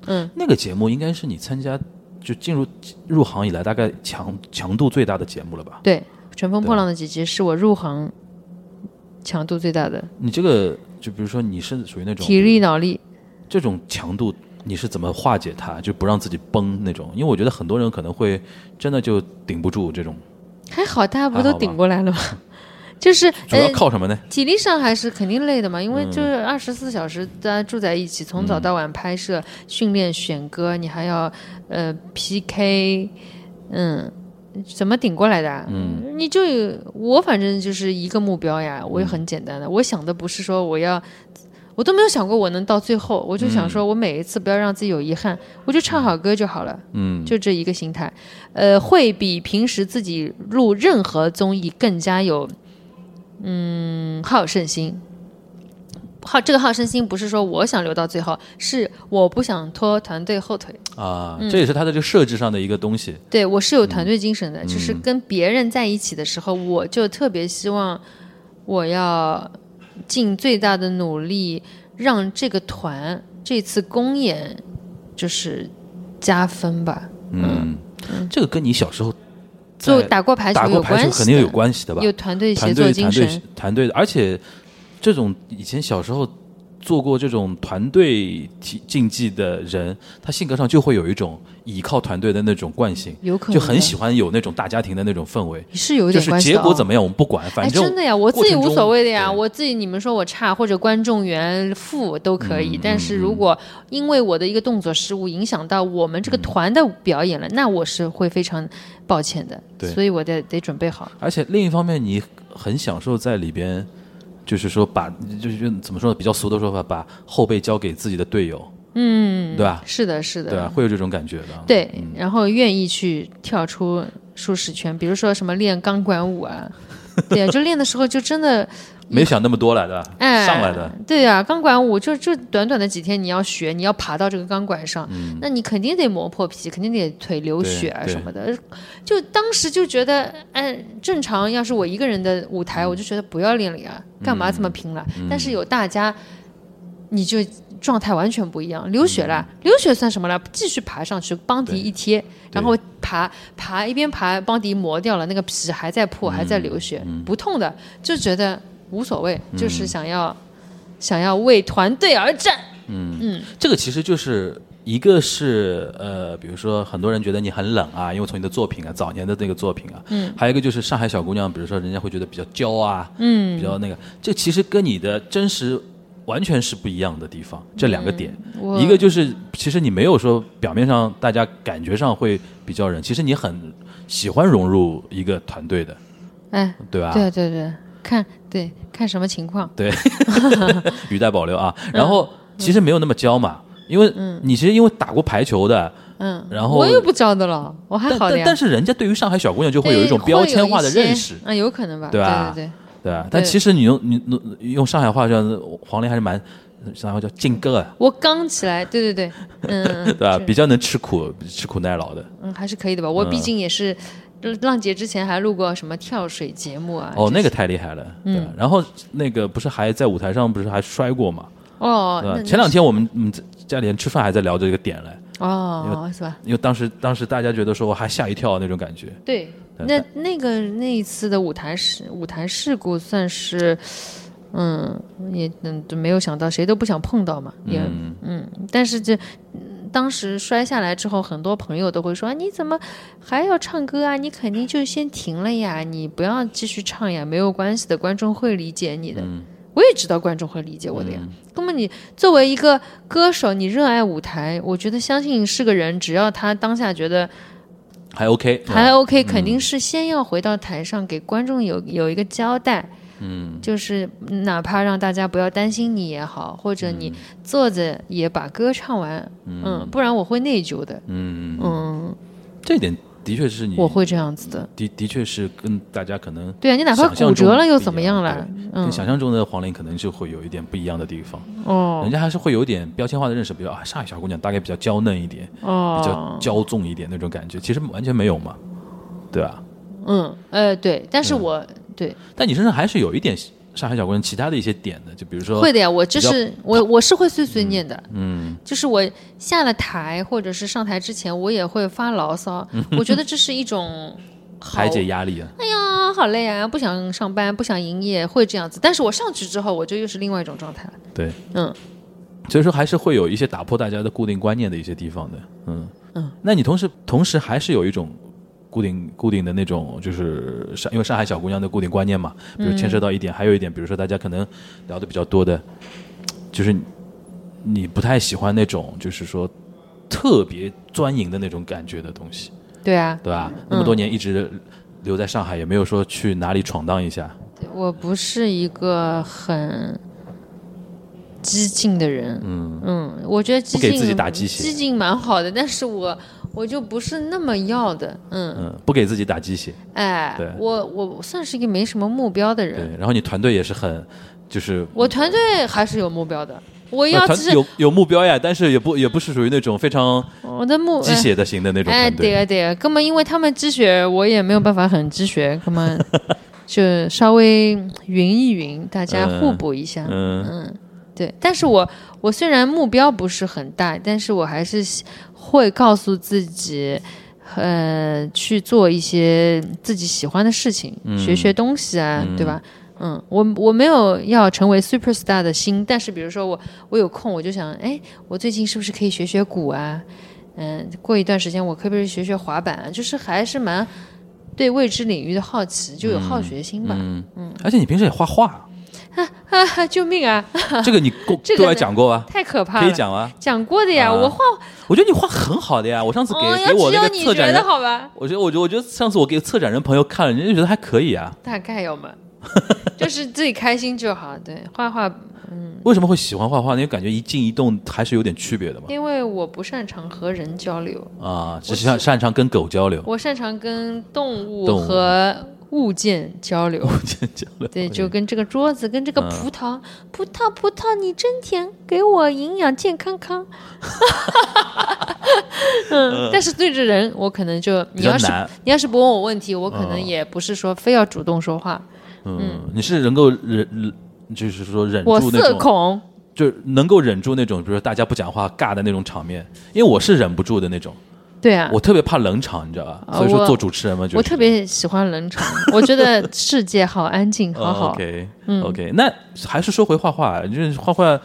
嗯那个节目应该是你参加就进入入行以来大概强强度最大的节目了吧？对，《乘风对破浪的姐姐》是我入行强度最大的，你这个就比如说你是属于那种体力脑力。这种强度，你是怎么化解它，就不让自己崩那种？因为我觉得很多人可能会真的就顶不住这种，还好，大家不还都好吧顶过来了吗？ 就是主要呃，靠什么呢？体力上还是肯定累的嘛，因为就是二十四小时大家住在一起，从早到晚拍摄、训练、选歌，你还要呃 PK，嗯，怎么顶过来的、啊？嗯，你就有我反正就是一个目标呀，我也很简单的，我想的不是说我要。我都没有想过我能到最后，我就想说，我每一次不要让自己有遗憾，我就唱好歌就好了，嗯，就这一个心态，呃，会比平时自己录任何综艺更加有好胜心。好，这个好胜心不是说我想留到最后，是我不想拖团队后腿。啊，这也是它的这个设置上的一个东西。对我是有团队精神嗯的，就是跟别人在一起的时候，我就特别希望我要尽最大的努力，让这个团这次公演就是加分吧。嗯，这个跟你小时候就在打过排打球过有排球关系的，肯定有关系的吧？有团队协团作队精团神队。团队的，而且这种以前小时候做过这种团队体竞技的人，他性格上就会有一种倚靠团队的那种惯性，有可能就的很喜欢有那种大家庭的那种氛围。是有就点是关系结的、哦。果怎么样我们不管，反哎，正真的呀，我自过己程无中所谓的呀，对我自己你们说我差或者观众缘负都可嗯以，但是如果因为我的一个动作失误影响到我们这嗯个团的表演了，那我是会非常抱歉的对，所以我得得准备好。而且另一方面，你很享受在里边就是说把就是怎么说呢，比较俗的说法，把后背交给自己的队友，嗯，对吧？是的，是的，对吧？啊嗯会有这种感觉的。对，然后愿意去跳出舒适圈，比如说什么练钢管舞啊，对啊，就练的时候就真的，没想那么多来的，哎，上来的，，对啊，钢管舞就就短短的几天，你要学，你要爬到这个钢管上，那你肯定得磨破皮，肯定得腿流血啊嗯对对什么的，就当时就觉得，哎，正常要是我一个人的舞嗯台，我就觉得不要练了呀，干嘛这么拼了？但是有大家，你就。状态完全不一样，流血了，流血算什么了？继续爬上去，邦迪对一贴，然后爬爬一边爬，邦迪磨掉了，那个皮还在破，还在流血，不痛的，就觉得无所谓，就是想要想要为团队而战。这个其实就是一个是呃，比如说很多人觉得你很冷啊，因为从你的作品啊，早年的那个作品啊，嗯，还有一个就是上海小姑娘，比如说人家会觉得比较娇啊，嗯，比较那个，这其实跟你的真实。完全是不一样的地方，这两个点，我一个就是其实你没有说表面上大家感觉上会比较人，其实你很喜欢融入一个团队的，哎，对吧？对对对，看对看什么情况。对， 语带保留啊。然后其实没有那么娇嘛，因为你其实因为打过排球的，嗯，然后我又不招的了，我还但好的但呀。但是人家对于上海小姑娘就会有一种哎标签化的会有一认识，些啊，有可能吧，对吧对对对吧？但对其实你用你你你用上海话叫黄连还是蛮上海话叫劲哥啊，我刚起来，对对对，嗯，对吧？是比较能吃苦吃苦耐劳的。嗯，还是可以的吧。我毕竟也是，就浪姐之前还录过什么跳水节目啊。嗯哦，这那些个太厉害了。对吧，然后那个不是还在舞台上不是还摔过嘛？哦，对吧那？前两天我们嗯家里人吃饭还在聊这个点嘞，哦，是吧？因为当时当时大家觉得说我还吓一跳那种感觉。对，对那那个那一次的舞台事舞台事故算是，嗯，也嗯就没有想到，谁都不想碰到嘛，也嗯但是这。嗯当时摔下来之后，很多朋友都会说：“啊你怎么还要唱歌啊？你肯定就先停了呀，你不要继续唱呀，没有关系的，观众会理解你的。我也知道观众会理解我的呀。那么你作为一个歌手，你热爱舞台，我觉得相信是个人，只要他当下觉得还 OK，对吧嗯还 OK，肯定是先要回到台上给观众有有一个交代。嗯，就是哪怕让大家不要担心你也好，或者嗯你坐着也把歌唱完，嗯，不然我会内疚的。嗯，嗯，这一点的确是你，我会这样子的。的的确是跟大家可能对啊，你哪怕想象骨中折了又不一怎么样样了？对嗯跟，想象中的黄龄可能就会有一点不一样的地方，哦人家还是会有一点标签化的认识，比如啊，上海小姑娘大概比较娇嫩一点，比较哦，骄纵一点那种感觉，其实完全没有嘛，对吧？嗯，呃，对，但是我、对但你身上还是有一点上海小姑娘其他的一些点的，就比如说会的呀，我就比较是我我是会碎碎念的，嗯，就是我下了台或者是上台之前，我也会发牢 骚，我觉得这是一种好排解压力啊，哎呀，好累啊，不想上班，不想营业，会这样子。但是我上去之后，我就又是另外一种状态了。对，嗯，所以说还是会有一些打破大家的固定观念的一些地方的，嗯嗯。那你同时同时还是有一种固定固定的那种，就是上因为上海小姑娘的固定观念嘛，比如牵涉到一点，还有一点，比如说大家可能聊的比较多的，就是你你不太喜欢那种就是说特别钻营的那种感觉的东西，对啊，对吧？那么多年一直留在上海，也没有说去哪里闯荡一下，我不是一个很激进的人。嗯我觉得激进不给自己打鸡血激进蛮好的，但是我我就不是那么要的。嗯，嗯，不给自己打鸡血，哎对，我我算是一个没什么目标的对人。。然后你团队也是很就是我团队还是有目标的，我要那团只是有有目标呀，但是也不也不是属于那种非常我的目鸡血的型的那种哎，团对队。啊，对啊，根本因为他们积雪，我也没有办法很积雪，根本就稍微匀一匀，大家互补一下。嗯，对，但是我我虽然目标不是很大，但是我还是喜会告诉自己。呃，去做一些自己喜欢的事情，嗯学学东西啊，对吧？嗯，我我没有要成为 super star 的心，但是比如说我我有空，我就想，哎，我最近是不是可以学学鼓啊？嗯，过一段时间我可不可以学学滑板啊？就是还是蛮对未知领域的好奇，就有嗯好学心吧。而且你平时也画画， 哈哈，救命啊！ 这个你过这个对外呢讲过吧？太可怕了，可以讲啊，讲过的呀，啊我画我觉得你画很好的呀。我上次哦，给要给我只那有个你策展觉得人，好吧？我觉得我觉得我觉得上次我给策展人朋友看了，人家觉得还可以啊。 大概有嘛，就是自己开心就好。对，画画，为什么会喜欢画画？因为感觉一静一动还是有点区别的嘛。因为我不擅长和人交流，啊，只是擅擅长跟狗交流，我擅长跟动物动物和物件 交流。交流对，就跟这个桌子，跟这个嗯葡萄，葡萄葡萄，你真甜，给我营养健 康康。嗯，但是对着人，我可能就比你较要是难你要是不问我问题，我可能也不是说非要主动说话。嗯，你是能够忍，忍就是说忍我住那社种，恐，就是能够忍住那种，比如说大家不讲话尬的那种场面，因为我是忍不住的那种，对啊，我特别怕冷场，你知道吧？啊所以说我做主持人嘛，就是我特别喜欢冷场，我觉得世界好安静，好好。哦 OK 嗯 OK，那还是说回画画，就是画画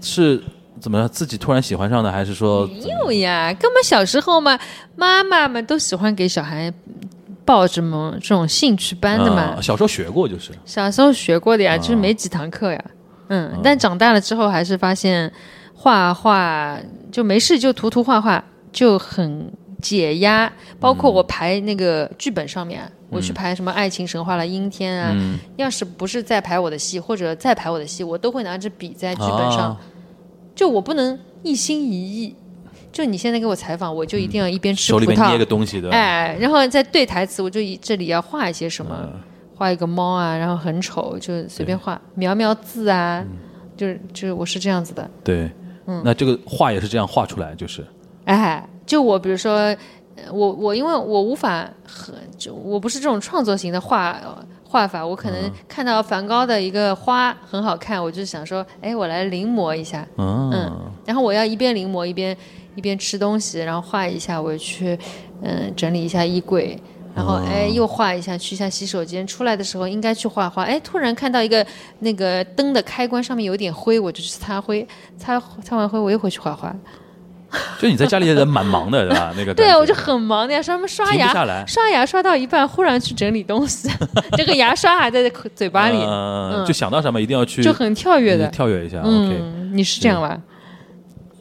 是怎么样自己突然喜欢上的，还是说没有呀，根本小时候嘛，妈妈们都喜欢给小孩报这么这种兴趣班的嘛。嗯小时候学过就是，小时候学过的呀，啊就是没几堂课呀。嗯，但长大了之后还是发现画画就没事就涂涂画画就很解压。包括嗯我排那个剧本上面啊，我去排什么爱情神话了、阴天啊，嗯要是不是在排我的戏或者再排我的戏，我都会拿着笔在剧哎本上，啊就我不能一心一意。就你现在给我采访，我就一定要一边吃嗯手葡里边捏萄个，东西的，哎，然后再对台词，我就以这里要画一些什么，画一个猫啊，然后很丑，就随便画，描描字啊，就是就是我是这样子的，对，嗯那这个画也是这样画出来，就是哎，就我比如说，呃我我因为我无法很，就我不是这种创作型的画呃画法，我可能看到梵高的一个花很好看，我就想说，哎，我来临摹一下，嗯嗯，然后我要一边临摹一边一边吃东西，然后画一下，我去嗯、整理一下衣柜，然哦后哎又画一下，去一下洗手间，出来的时候应该去画画，哎突然看到一个那个灯的开关上面有点灰，我就去擦灰，擦擦完灰我又回去画画。就你在家里也蛮忙的，对吧？那个 对感啊，觉我就很忙的呀，什么刷停不牙下来，刷牙刷到一半，忽然去整理东 西，这个牙刷还在口嘴巴里，嗯，就想到什么一定要去就很跳跃的。跳跃一下。OK，嗯，你是这样吧？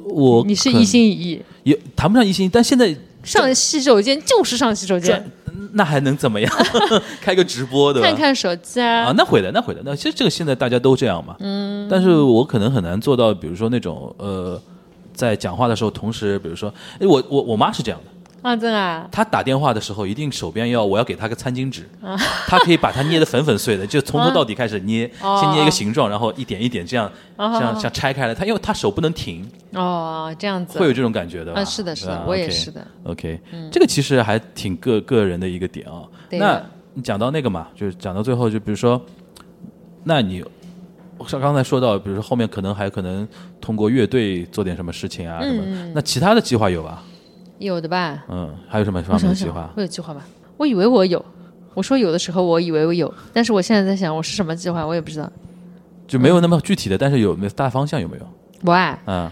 我你是可一心一意，也谈不上一心，但现在上洗手间就是上洗手间转，那还能怎么样？ 开个直播对吧？看看手机啊啊，，那会的，那会的。那其实这个现在大家都这样嘛。嗯。但是我可能很难做到，比如说那种呃，在讲话的时候，同时比如说，哎，我我我妈是这样的，啊，真啊，她打电话的时候一定手边要我要给她个餐巾纸，啊她可以把它捏得粉粉碎的，就从头到底开始捏，哦先捏一个形状，然后一点一点这样，哦这样哦像拆开来。她因为她手不能停，哦，这样子会有这种感觉的吧。啊，是的，是对的吧，我也 OK 是的，嗯 OK，、这个其实还挺个个人的一个点啊、对那的你讲到那个嘛，就是讲到最后，就比如说，那你我像刚才说到，比如说后面可能还可能通过乐队做点什么事情啊什么。嗯那其他的计划有吧？有的吧？嗯，还有什么我方面想的计想划，？我有计划吗？我以为我有，我说有的时候我以为我有，但是我现在在想我是什么计划，我也不知道。就没有那么具体的，但是有没有大方向有没有？我啊，啊、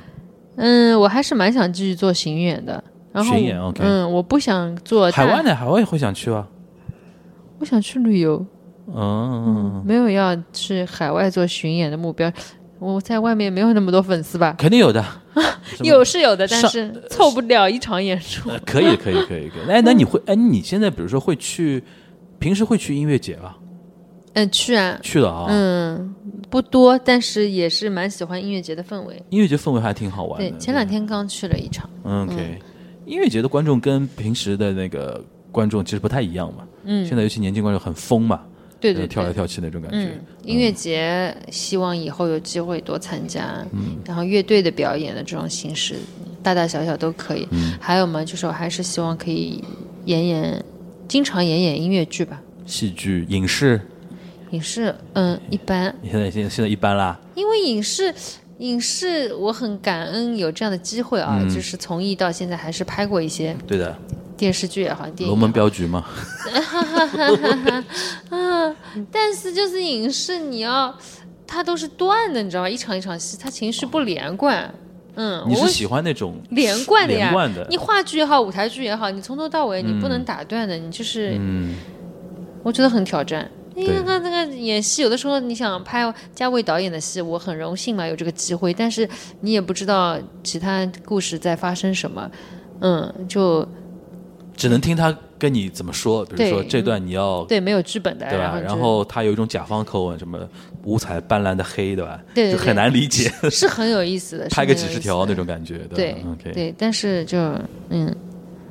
嗯，我还是蛮想继续做巡演的。然后巡演，OK 嗯，我不想做海大外，呢？海外会想去啊？我想去旅游，嗯，没有要去海外做巡演的目标。我在外面没有那么多粉丝吧，肯定有的。 什么有是有的，但上是凑不了一场演出。呃可以，可以，可以，可以。哎，那你会？哎，你现在比如说会去，平时会去音乐节吧？嗯，去啊，去了啊、嗯，不多，但是也是蛮喜欢音乐节的氛围。音乐节氛围还挺好玩的。对，前两天刚去了一场，嗯 OK，、音乐节的观众跟平时的那个观众其实不太一样嘛。嗯，现在尤其年轻观众很疯嘛，对对呃跳来对。跳去那种感觉。嗯，音乐节希望以后有机会多参加，嗯然后乐队的表演的这种形式，大大小小都可以。嗯还有嘛，就是我还是希望可以演演，经常演演音乐剧吧。戏剧、影视，影视，嗯，一般，你现在现在现在一般啦。因为影视，影视我很感恩有这样的机会啊，嗯就是从艺到现在还是拍过一些对的，电视剧也好，电影也好龙门镖局嘛。但是就是影视，你要它都是断的，你知道吗？一场一场戏，它情绪不连贯。嗯，你我是为喜欢那种连贯的呀，连贯的嗯你话剧也好，舞台剧也好，你从头到尾你不能打断的，你就是，我觉得很挑战。因为他那个演戏，有的时候你想拍嘉卫导演的戏，我很荣幸嘛，有这个机会，但是你也不知道其他故事在发生什么，嗯，就只能听他跟你怎么说，比如说对嗯这段你要对，没有剧本的，对吧？后然就后他有一种甲方口吻，什么五彩斑斓的黑，对吧？对对就对很难理 解，是很有意思的，是拍个很有几十意思条的那种感觉，对吧？OK，嗯对，但是就嗯，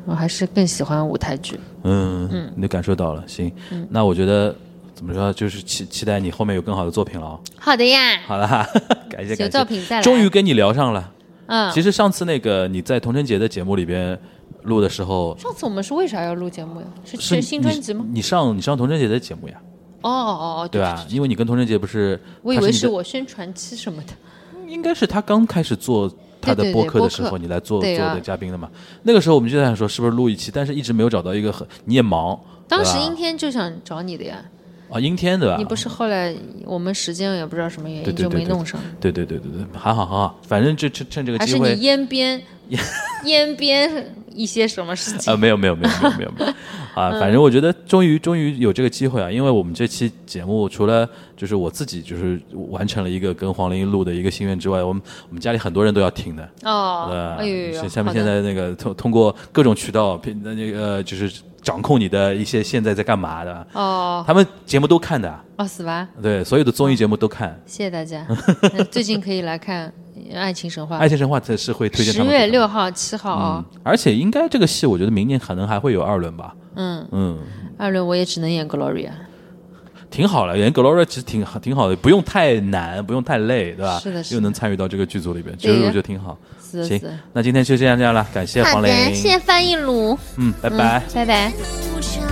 我还是更喜欢舞台剧。嗯，你就感受到了，行，嗯那我觉得怎么说，就是期期待你后面有更好的作品了哦。 好的呀，好了， 感谢有感作谢，品再来。终于跟你聊上了。嗯，其实上次那个你在童晨杰的节目里边录的时候，上次我们是为啥要录节目呀？是是是新专辑吗？你你上你上童晨杰的节目呀，哦哦哦，对吧？因为你跟童晨杰不是，我以他为是是你啊我宣传期什么的。的，应该是他刚开始做。他的对对对播客的播时候，客你来做对做啊的嘉宾的嘛？那个时候我们就在想说，是不是录一期？但是一直没有找到一个很，你也忙，当对时吧阴天就想找你的呀，啊，阴天对吧？你不是后来我们时间也不知道什么原对因对就对没对弄上，对对对对对，还好还好，反正这趁趁这个还机是你会，烟边烟边一些什么事情呃，？没有没有没有没有没有没 有啊，反正我觉得终于终于有这个机会啊，因为我们这期节目除了就是我自己就是完成了一个跟黄龄录的一个心愿之外，我们我们家里很多人都要听的。哦呃，，哎呦呦呦，是下面好的现在那个通通过各种渠道，平那那个就是掌控你的一些现在在干嘛的，哦他们节目都看的，哦死吧，对，所有的综艺节目都看，谢谢 大家。呃最近可以来看《爱情神《话爱》，情神话》是会推荐他哦十们月给他们六号、七号啊、嗯，而且应该这个戏，我觉得明年可能还会有二轮吧。嗯嗯，二轮我也只能演 Gloria，挺好了，演 Gloria 其实挺好，挺好的，不用太难，不用太累，对吧？是的是的又能参与到这个剧组里边，其对实呀我觉得挺好。是的行是的，那今天就这样这样了，感谢好黄的磊，，谢谢翻译鲁。嗯，拜拜。拜拜。路上，呀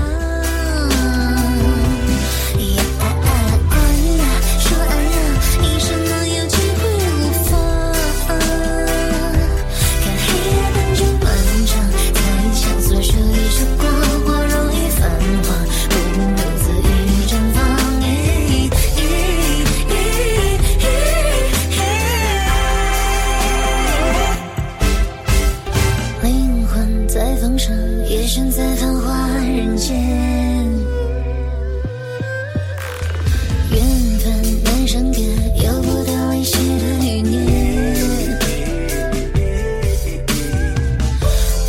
啊啊啊呀，说爱呀，一生能有机会无法。看黑夜变成漫长，再相随手一束光，花容易泛黄，不能恣意绽放。咦咦咦咦咦。灵魂在放上，夜深在繁华人间。缘嗯分难上天，由不得灵犀的语言。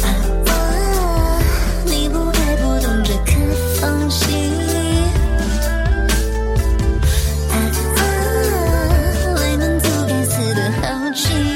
啊啊，你不该不懂这颗放心。啊啊，泪满足彼此的好奇。